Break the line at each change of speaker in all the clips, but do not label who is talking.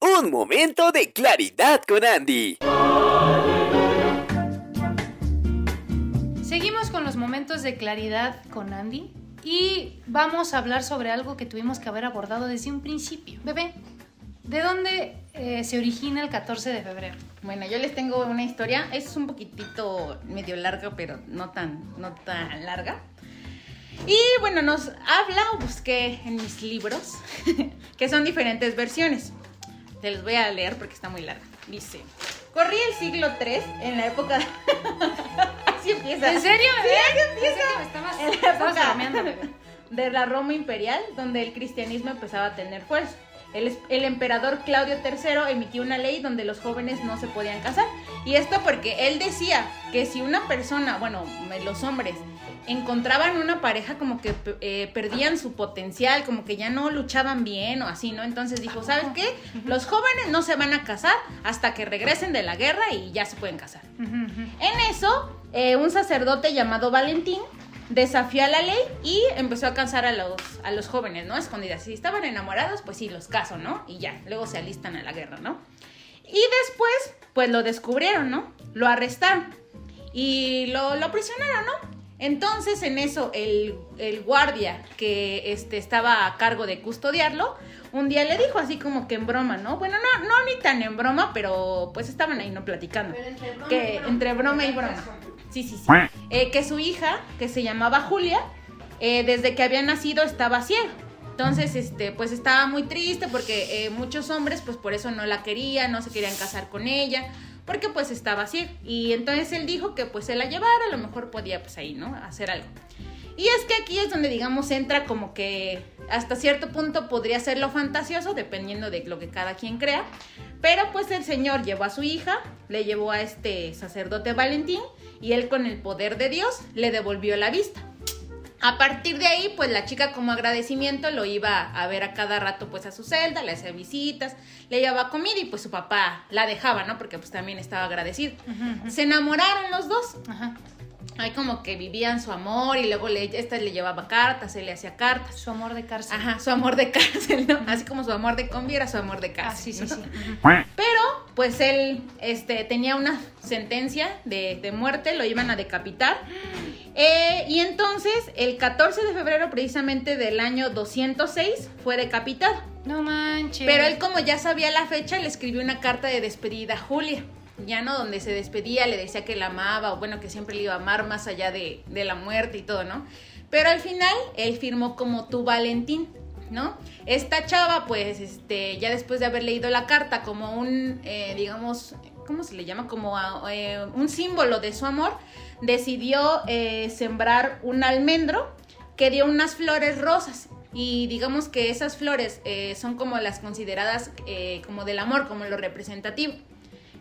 Un momento de claridad con Andy.
Seguimos con los momentos de claridad con Andy y vamos a hablar sobre algo que tuvimos que haber abordado desde un principio. Bebé, ¿de dónde eh, se origina el 14 de febrero?
Bueno, yo les tengo una historia. Es un poquitito medio larga, pero no tan, no tan larga. Y bueno, nos habla o busqué en mis libros, que son diferentes versiones. Te los voy a leer porque está muy larga. Dice, corrí el siglo III en la época... así empieza.
¿En serio,
Sí,
bebé?
así
Pensé
empieza.
que me estabas-
En la
estabas
época
bromeando, bebé.
de la Roma imperial, donde el cristianismo empezaba a tener fuerza. El, es- el emperador Claudio III emitió una ley donde los jóvenes no se podían casar. Y esto porque él decía que si una persona, bueno, me- los hombres, encontraban una pareja como que pe- eh, perdían su potencial, como que ya no luchaban bien o así, ¿no? Entonces dijo, ¿sabes qué? Los jóvenes no se van a casar hasta que regresen de la guerra y ya se pueden casar.
Ujú, ujú.
En eso, eh, un sacerdote llamado Valentín desafió a la ley y empezó a cansar a los, a los jóvenes, ¿no? Escondidas. Si estaban enamorados, pues sí, los caso, ¿no? Y ya, luego se alistan a la guerra, ¿no? Y después, pues lo descubrieron, ¿no? Lo arrestaron y lo, lo aprisionaron, ¿no? Entonces, en eso, el, el guardia que este, estaba a cargo de custodiarlo, un día le dijo así como que en broma, ¿no? Bueno, no, no ni tan en broma, pero pues estaban ahí no platicando. que entre broma y broma. Sí, sí, sí. Eh, que su hija, que se llamaba Julia, eh, desde que había nacido estaba ciega. Entonces, este, pues estaba muy triste porque eh, muchos hombres, pues por eso no la querían, no se querían casar con ella, porque pues estaba ciega. Y entonces él dijo que pues se la llevara, a lo mejor podía pues ahí, ¿no? Hacer algo. Y es que aquí es donde, digamos, entra como que hasta cierto punto podría ser lo fantasioso, dependiendo de lo que cada quien crea. Pero pues el señor llevó a su hija, le llevó a este sacerdote Valentín y él con el poder de Dios le devolvió la vista. A partir de ahí, pues la chica como agradecimiento lo iba a ver a cada rato pues a su celda, le hacía visitas, le llevaba comida y pues su papá la dejaba, ¿no? Porque pues también estaba agradecido. Se enamoraron los dos
Ajá.
Ay, como que vivían su amor y luego le, esta le llevaba cartas, él le hacía cartas.
Su amor de cárcel.
Ajá, su amor de cárcel, ¿no? Así como su amor de combi era su amor de cárcel.
Ah, sí, sí,
¿no?
sí.
Pero, pues él este, tenía una sentencia de, de muerte, lo iban a decapitar. Eh, y entonces, el 14 de febrero precisamente del año 206, fue decapitado.
No manches.
Pero él como ya sabía la fecha, le escribió una carta de despedida a Julia. Ya no, donde se despedía, le decía que la amaba, o bueno, que siempre le iba a amar más allá de, de la muerte y todo, ¿no? Pero al final, él firmó como tu Valentín, ¿no? Esta chava, pues, este, ya después de haber leído la carta, como un, eh, digamos, ¿cómo se le llama? Como a- eh, un símbolo de su amor, decidió eh, sembrar un almendro que dio unas flores rosas. Y digamos que esas flores eh, son como las consideradas eh, como del amor, como lo representativo.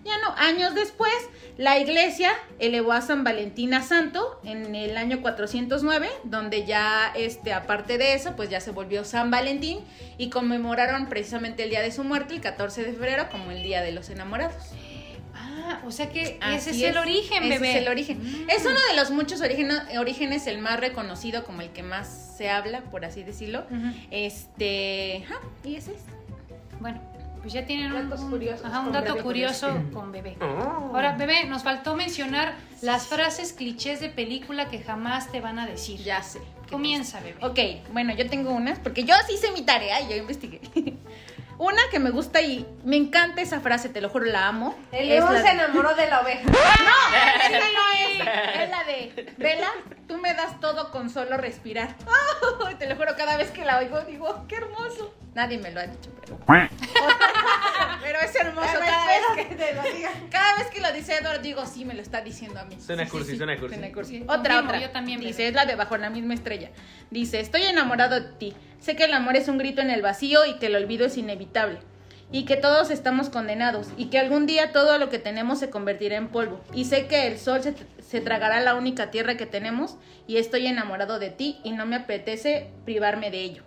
Ya no, años después, la iglesia elevó a San Valentín a santo en el año 409, donde ya, este, aparte de eso, pues ya se volvió San Valentín y conmemoraron precisamente el día de su muerte, el 14 de febrero, como el Día de los Enamorados.
Ah, o sea que ese
Así
es, el origen,
Ese
bebé. Mm.
es el origen. Es uno de los muchos orígenos, orígenes, el más reconocido, como el que más se habla, por así decirlo.
Ujú.
Este. ajá, y ese es.
Bueno, pues ya tienen un,
Datos
un-
curiosos
ajá, un
con
dato
bebé
curioso con bebé. Ahora, bebé, nos faltó mencionar las frases clichés de película que jamás te van a decir.
Ya sé.
Comienza, bebé.
Ok, bueno, yo tengo unas, porque yo sí hice mi tarea y yo investigué. Una que me gusta y me encanta esa frase, te lo juro, la amo.
El
Es
león
la-
se enamoró de la oveja.
Esa no es. Es la de Vela, tú me das todo con solo respirar. Ay, te lo juro, cada vez que la oigo digo, qué hermoso. Nadie me lo ha dicho, pero. pero es hermoso
Ay, me
cada vez
espero
que.
que te lo diga.
Cada vez que lo dice Edward digo, sí, me lo está diciendo a mí.
Suena
Sí, sí,
cursi,
sí,
suena cursi.
Sí,
Otra,
confirmo,
otra.
yo también, bebé.
Dice, es la de Bajo la misma estrella. Dice, estoy enamorado de ti. Sé que el amor es un grito en el vacío y que el olvido es inevitable. Y que todos estamos condenados. Y que algún día todo lo que tenemos se convertirá en polvo. Y sé que el sol se, se tragará la única tierra que tenemos. Y estoy enamorado de ti y no me apetece privarme de ello.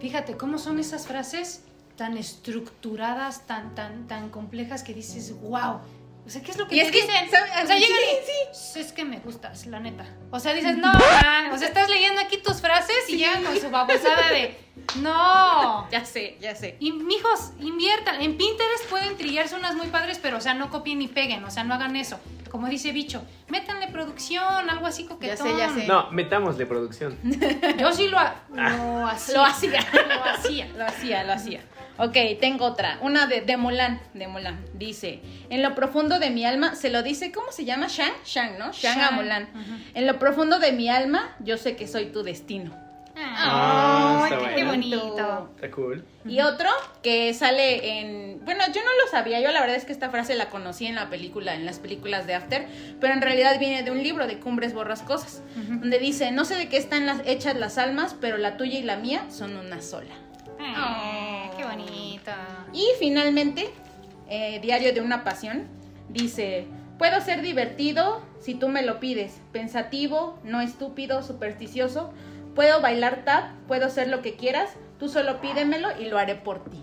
Fíjate cómo son esas frases tan estructuradas, tan, tan, tan complejas que dices, wow. O sea, ¿qué es lo que
Y
te
es que,
dicen?
¿sabe?
O sea,
Sí,
llegan y, es que me gustas, la neta. O sea, dices, no, ma". o sea, estás leyendo aquí tus frases y llegan con su babosada de, No.
Ya sé, ya sé.
Y mijos, inviertan. En Pinterest pueden trillarse unas muy padres, pero o sea, no copien ni peguen, o sea, no hagan eso. Como dice Bicho, métanle producción, algo así coquetón.
sé, ya sé.
No, Ah. metámosle producción.
Yo sí lo, ha- lo hacía.
Lo hacía.
Lo hacía.
Lo hacía, lo hacía. Ok, tengo otra. Una de, de Mulan. De Mulan. Dice: En lo profundo de mi alma, se lo dice, ¿cómo se llama? Shang. Shang, ¿no? Shang, a
Shang,
Mulan.
ujú.
En lo profundo de mi alma, yo sé que soy tu destino.
Ah,
Ay,
está
qué
bueno.
bonito.
Está cool.
Y otro que sale en. Bueno, yo no lo sabía. Yo la verdad es que esta frase la conocí en la película, en las películas de After. Pero en realidad viene de un libro de Cumbres Borrascosas.
Ujú.
Donde dice: No sé de qué están las, hechas las almas, pero la tuya y la mía son una sola.
Ah,
Ah,
Ay, qué bonito.
Y finalmente, eh, Diario de una Pasión, dice, puedo ser divertido si tú me lo pides, pensativo, no estúpido, supersticioso, puedo bailar tap, puedo ser lo que quieras, tú solo pídemelo y lo haré por ti.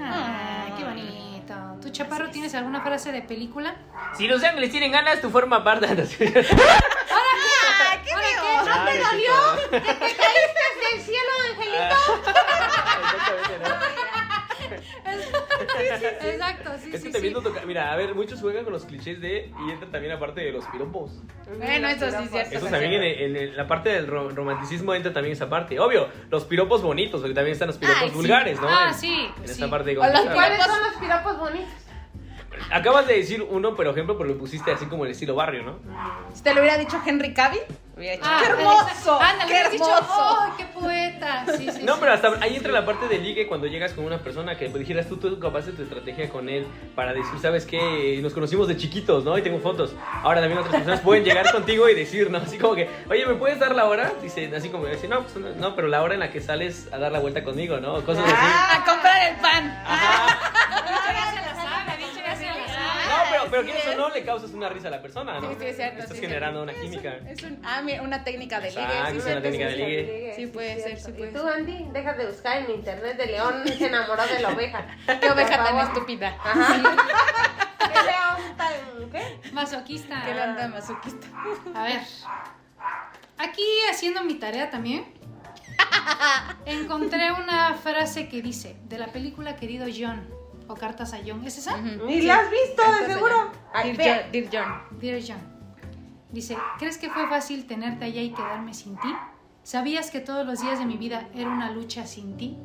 Ah,
Ay, Ah, qué bonito. ¿Tú, Chaparro, tienes alguna frase de película?
Si Los Ángeles tienen ganas, tu forma parda.
¿Qué ¿Qué?
Ah,
¿No te dolió?
pues,
¿Te caíste del cielo, Angelito? Exacto, sí,
Es que
sí,
también
sí.
no toca. Mira, a ver, muchos juegan con los clichés de. Y entra también la parte de los piropos.
Bueno, eso sí es cierto.
Eso también en, en- en la parte del ro- romanticismo entra también esa parte. Obvio, los piropos bonitos, porque también están los piropos
Ay, sí.
vulgares, ¿no?
Ah,
En-
sí,
En
pues
esa
sí.
parte de
O los
conquistar.
cuales-
¿Cuáles son los piropos bonitos?
Acabas de decir uno, por ejemplo, pero lo pusiste así como el estilo barrio, ¿no?
Si te lo hubiera dicho Henry Cavill, hubiera dicho,
Ah,
¡qué hermoso!
exacto. Ándale,
¡Qué
has dicho,
hermoso!
¡ay, qué poeta! Sí, sí,
No,
sí.
pero hasta ahí entra la parte de ligue cuando llegas con una persona que pues, dijeras tú, tú capaz de tu estrategia con él para decir, ¿sabes qué? Nos conocimos de chiquitos, ¿no? Y tengo fotos. Ahora también otras personas pueden llegar contigo y decir, ¿no? Así como que, oye, ¿me puedes dar la hora? Dice, así como, dice, no, pues, no, no, pero la hora en la que sales a dar la vuelta conmigo, ¿no? O Cosas así.
¡Ah, a comprar el pan!
Ajá.
Bicho ya se la sabe, bicho ya se la sabe.
No, pero, pero quieres o no, le causas una risa a la persona, ¿no?
Sí, sí, es cierto,
Estás
sí,
generando
es
una
cierto.
química.
Es un- ah, mira, una técnica de ligue.
Exacto,
sí,
es
cierto,
una técnica
sí,
de
sí.
ligue.
Sí, puede
es
ser,
cierto.
sí, puede
Y tú,
ser.
Andy, deja de buscar en internet de León se enamoró de la oveja.
Qué oveja
Por
tan
favor.
estúpida.
Ajá. ¿Qué león tan qué?
Masoquista.
Qué landa masoquista.
A ver. Aquí haciendo mi tarea también. Encontré una frase que dice de la película Querido John o Cartas a John. ¿Es esa?
Ni la has visto, de
Entonces,
seguro. Ay,
Dear
vea.
John, Dear John.
Dear John. Dice, ¿crees que fue fácil tenerte allá y quedarme sin ti? ¿Sabías que todos los días de mi vida era una lucha sin ti?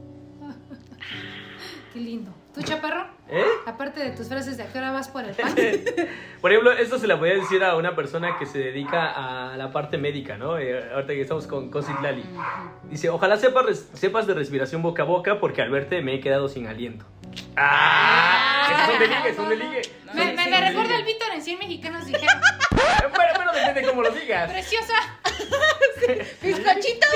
Qué lindo. ¿Tú, chaparro?
¿Eh?
Aparte de tus frases de a qué hora vas por el pan.
Por ejemplo, esto se la podía decir a una persona que se dedica a la parte médica, ¿no? Eh, ahorita que estamos con Cositlali. Dice, ojalá sepas, res- sepas de respiración boca a boca porque al verte me he quedado sin aliento. ¡Ah! Esos son de ligue, son de ligue.
Me,
Son-
me-
son
me
de
recuerda el
ligue.
Víctor en 100 mexicanos dijeron,
Eh, Pero, pero depende cómo lo digas.
¡preciosa!
Bizcochito.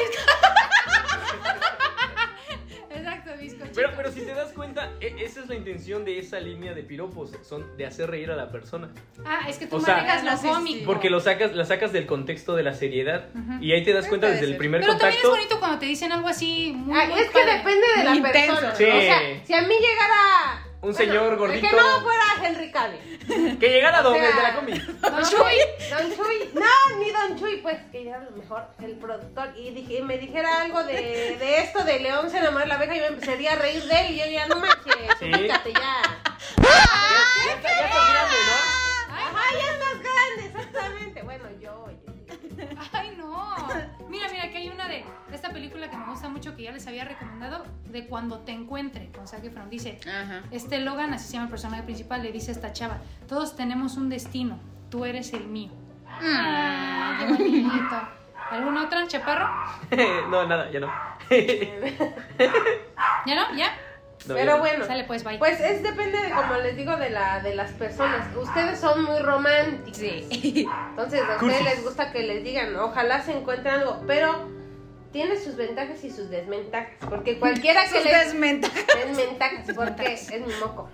Exacto, bizcochito.
Pero, pero si te das cuenta, e- esa es la intención de esa línea de piropos, son de hacer reír a la persona.
Ah, es que tú
O sea,
manejas
Ah,
lo
no, sí, sí,
cómico.
sí.
Porque lo sacas, la sacas del contexto de la seriedad
Ujú.
y ahí te das cuenta
Puede
desde el
ser.
primer
Pero también es
contacto.
bonito cuando te dicen algo así muy,
Ay,
muy
Ah, es que
padre.
depende de la
Intenso.
persona.
Sí.
O sea, si a mí llegara.
Un señor
Que
gordito.
no fuera Henry Cavill.
Que llegara
O
donde
sea-
de la combi.
Don
No,
Chuy.
Don Chuy. No, ni Don Chuy, pues que ya a lo mejor el productor. Y, dije, y me dijera algo de, de esto de León se enamoró de la abeja y me empezaría a reír de él. Y yo ya no manches,
Sí.
ubícate ya.
Ya está- ya está grande, ¿no?
Ajá, ya estás grande, exactamente. Bueno, yo, yo.
Ay, no. Mira, mira, que hay una de de esta película que me gusta mucho que ya les había recomendado, de Cuando te encuentre, con Zac Efron. Dice,
Ajá.
este Logan, así se llama el personaje principal, le dice a esta chava, todos tenemos un destino, tú eres el mío. Ah, qué bonito. ¿Alguna otra, chaparro?
No, nada, ya no.
¿Ya no? ¿Ya?
No, ya
Pero
no.
bueno.
Sale pues, bye.
Pues es depende de como les digo de la de las personas. Ustedes son muy románticos.
Sí.
Entonces, a
Cursis.
ustedes les gusta que les digan, ojalá se encuentren algo, pero tiene sus ventajas y sus desventajas, porque cualquiera que
Sus
les
desventajas.
desventajas, porque es mi moco.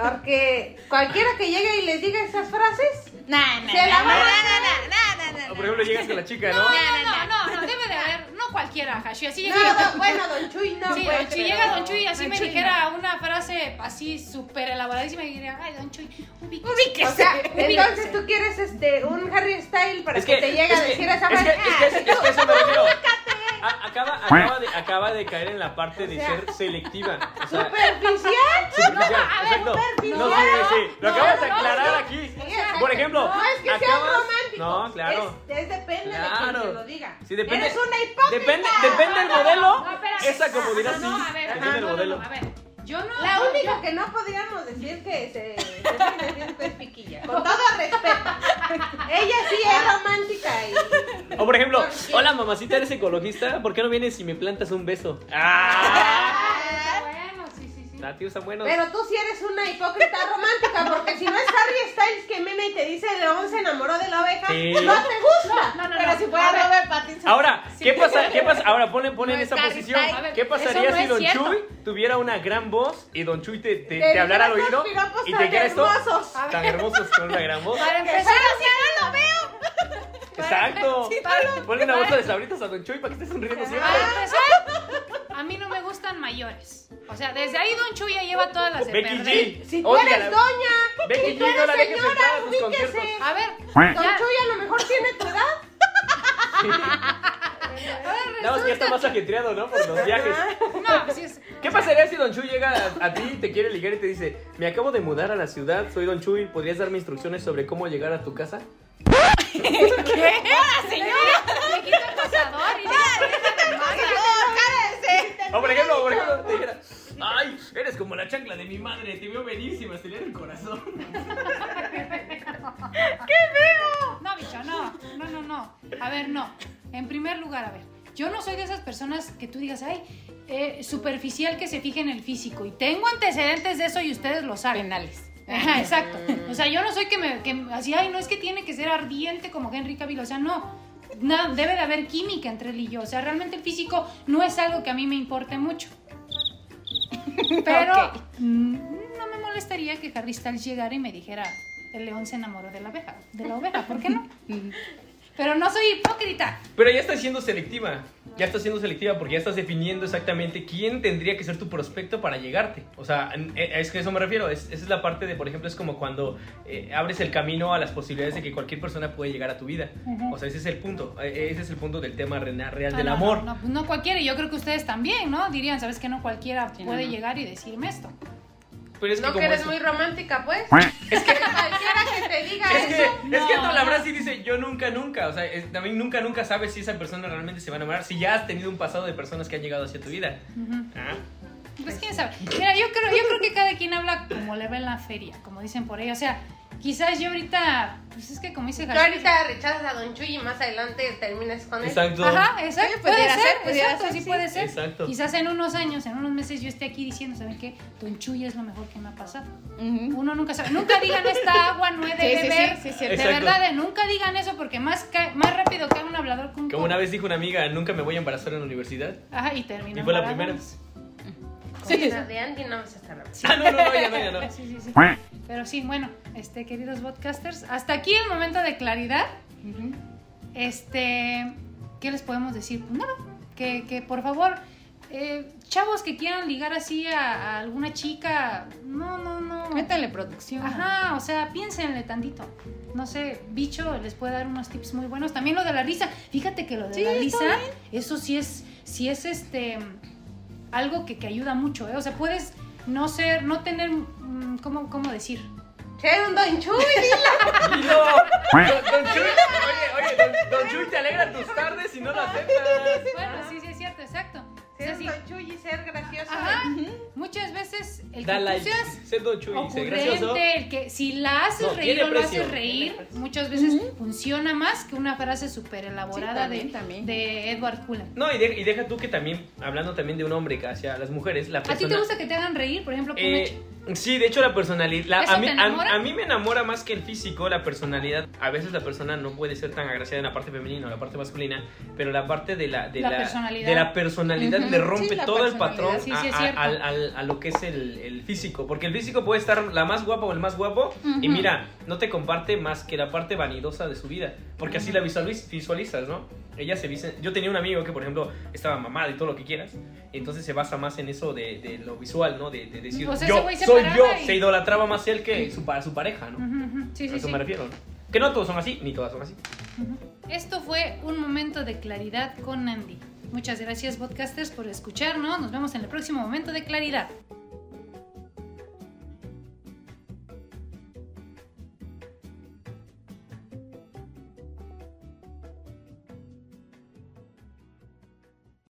Porque cualquiera que llegue y les diga esas frases,
Nah, nah,
Se la
nah,
van
nah,
a-
nah, nah, nah, nah, nah.
O, Por ejemplo, llegas con la chica,
No,
¿no?
no, no, no, no, debe de haber, no cualquiera, Hashi, así
no,
llega-
don- bueno, Don Chuy no,
Sí,
pues,
don Chuy,
pero-
llega Don Chuy y así
Don
me
Chuy,
dijera una frase así súper elaboradísima y diría, ay, Don Chuy, ubíquese".
O sea, entonces tú quieres este un Harry Style para que, te llegue a
que-
decir esa
es que-
frase.
es que- es que a eso me refiero. a- acaba, acaba, de, acaba de caer en la parte de
O sea,
ser selectiva. O sea,
¡Superficial!
superficial,
a ver,
exacto.
superficial.
No, sí, sí, Lo
No,
acabas de
no,
aclarar
no.
aquí.
Sí, exacto.
Por ejemplo,
No es que seas
acabas-
romántico.
No, claro.
Es, es depende de
Claro.
quien te lo diga.
Sí, depende-
Eres una hipócrita.
Depende, depende del modelo.
No, espérate.
Esa como
Ah,
dirás,
No, a
sí.
ver,
Depende
ajá,
del
no, no,
modelo.
no, a ver. Yo no.
La
yo-
única que no podríamos decir que se, se- es piquilla. Con todo respeto. Ella sí es romántica y.
O por ejemplo, hola mamacita, eres ecologista, ¿por qué no vienes y me plantas un beso? ¡Ah!
Ah, Bueno, sí, sí, sí.
Nah, tío, están buenos.
Pero tú sí eres una hipócrita romántica, porque si no es Harry Styles que mena y te dice León se enamoró de la oveja,
Sí.
no te gusta.
No, no, no,
Pero
no.
si fuera
A ver.
Robert Pattinson.
Ahora,
Sí.
¿qué pasa? ¿Qué pasa? Ahora ponen, ponen
No es
esa
Harry
posición.
Styles.
A ver,
¿Qué pasaría
eso no
si
es
Don
cierto.
Chuy tuviera una gran voz y Don Chuy te, te,
Te
te hablara al
dijera
oído
esos piropos
y
tan
te dijera esto?
hermosos.
A ver.
Tan hermosos con una gran voz.
Para
Que
empezar,
Sara sí lo veo.
Exacto.
para-
Ponle una bolsa de sabritas a Don Chuy para que esté sonriendo siempre.
para empezar, a mí no me gustan mayores. O sea, desde ahí Don Chuy ya lleva todas las de
Becky
perder.
G.
Si tú
Oiga,
eres
la-
doña,
Becky
si tú
G, no
eres
la dejes entrar
señora,
a sus
ubíquese.
conciertos.
A ver,
Don
ya.
Chuy a lo mejor tiene tu edad.
Nada más que ya está más ajetreado, ¿no? Por los viajes.
No, pues sí es.
¿Qué pasaría si Don Chuy llega a, a ti, te quiere ligar y te dice, me acabo de mudar a la ciudad, soy Don Chuy, ¿podrías darme instrucciones sobre cómo llegar a tu casa?
Le quita el pasador y
O por ejemplo, por ejemplo, te dijera, ay, eres como la chancla de mi madre, te veo venir y me acelera el corazón.
No, bicho, no. No, no, no. A ver, no. En primer lugar, a ver. Yo no soy de esas personas que tú digas, ay, eh, superficial que se fije en el físico. Y tengo antecedentes de eso y ustedes lo saben.
Penales.
Ajá, exacto. O sea, yo no soy que me. Que, así, ay, no es que tiene que ser ardiente como Henry Cavill. O sea, no. No, debe de haber química entre él y yo. O sea, realmente el físico no es algo que a mí me importe mucho. Pero
Ok.
mm, no me molestaría que Harry Styles llegara y me dijera, el león se enamoró de la abeja, de la oveja, ¿por qué no? Pero no soy hipócrita.
Pero ya estás siendo selectiva, ya estás siendo selectiva porque ya estás definiendo exactamente quién tendría que ser tu prospecto para llegarte. O sea, en- eh, es que a eso me refiero, es- esa es la parte de, por ejemplo, es como cuando eh, abres el camino a las posibilidades de que cualquier persona puede llegar a tu vida. O sea, ese es el punto, eh, ese es el punto del tema rena- real
Ah,
del
no,
amor.
No, no, pues no cualquiera, y yo creo que ustedes también, ¿no? Dirían, ¿sabes que no cualquiera
Sí, no,
puede
no.
llegar y decirme esto?
Pero es que
No que
como
eres
es-
muy romántica, pues.
Es
que cualquiera que te diga
Es que,
eso.
es que
No,
entra la
no.
frase y dice yo nunca, nunca. O sea, es- también nunca, nunca sabes si esa persona realmente se va a enamorar. Si ya has tenido un pasado de personas que han llegado hacia tu vida.
Ujú.
Ah,
Pues quién sabe. Mira, yo creo, yo creo que cada quien habla como le va en la feria, como dicen por ahí. O sea, quizás yo ahorita, pues es que como dice
Tú ahorita rechazas a Don Chuy y más adelante terminas con él.
Exacto.
Ajá, exacto.
Sí,
puede
pudiera
ser,
ser, pudiera
exacto,
ser,
sí,
sí.
puede ser.
Exacto.
Quizás en unos años, en unos meses yo esté aquí diciendo, ¿saben qué? Don Chuy es lo mejor que me ha pasado.
Ujú.
Uno nunca sabe. Nunca digan esta agua no he de
Sí, sí, sí,
beber.
sí, es cierto.
de
Exacto.
verdad, eh, nunca digan eso porque más, ca- más rápido cae un hablador que un
Como una
coco.
vez dijo una amiga, nunca me voy a embarazar en la universidad.
Ajá, y terminó.
Y fue la
embarazados.
Sí. De Andy no me está hablando.
Ah, no, no, no, ya no, ya no.
Sí, sí, sí. Pero sí, bueno, este, queridos podcasters, hasta aquí el momento de claridad.
Ujú.
Este, ¿qué les podemos decir? Pues nada, que, que por favor, eh, chavos que quieran ligar así a, a alguna chica, no, no, no.
Métanle producción.
Ajá, o sea, piénsenle tantito. No sé, bicho les puede dar unos tips muy buenos. También lo de la risa. Fíjate que lo de
Sí,
la
está
risa, eso sí es, sí es este algo que, que ayuda mucho, ¿eh? O sea, puedes no ser, no tener, mm, ¿cómo, cómo decir?
Si hay un Don Chuy, dile.
Y no, Don, Don Chuy, oye, oye, Don, Don Chuy te alegra tus tardes y no lo aceptas.
Bueno, sí, sí, es cierto, exacto. O
Si
sea,
hay
sí.
un Don Chuy y ser gracioso.
Ajá. Muchas veces el que
Da
tú
like.
seas
Sé Don Chuy, sé gracioso.
ocurrente, el que si la haces
No,
reír
tiene
o lo
precio.
haces reír,
Tiene precio.
muchas veces funciona más que una frase súper elaborada
Sí, también,
de,
también.
de Edward Cullen.
No, y, de- y deja tú que también, hablando también de un hombre que hacia las mujeres, la
¿A ti
persona...
te gusta que te hagan reír, por ejemplo, con
Eh, sí, de hecho la personalidad... la-
¿Eso
a, mí,
te
a-
enamora?
a mí me enamora más que el físico, la personalidad. A veces la persona no puede ser tan agraciada en la parte femenina o la parte masculina, pero la parte de la, de
La
la,
personalidad.
de la personalidad
Ujú.
le rompe
Sí, la
todo el
personalidad,
patrón
sí,
a,
sí, es
a-
cierto.
al- al- a lo que es el, el físico. Porque el físico puede estar la más guapa o el más guapo y
Ujú.
mira, no te comparte más que la parte vanidosa de su vida. Porque así la visualiz- visualizas, ¿no? Ella se dice, yo tenía un amigo que por ejemplo estaba mamado y todo lo que quieras, entonces se basa más en eso de, de lo visual, ¿no? De, de decir,
O sea, Pues ese
yo
güey se
soy
paraba
yo,
y-
se idolatraba más él que su, pa- su pareja, ¿no?
Ujú, ujú. Sí,
a
sí,
eso
sí.
me refiero, ¿no? Que no todos son así, ni todas son así.
Esto fue un momento de claridad con Andy. Muchas gracias, podcasters, por escucharnos. Nos vemos en el próximo momento de claridad.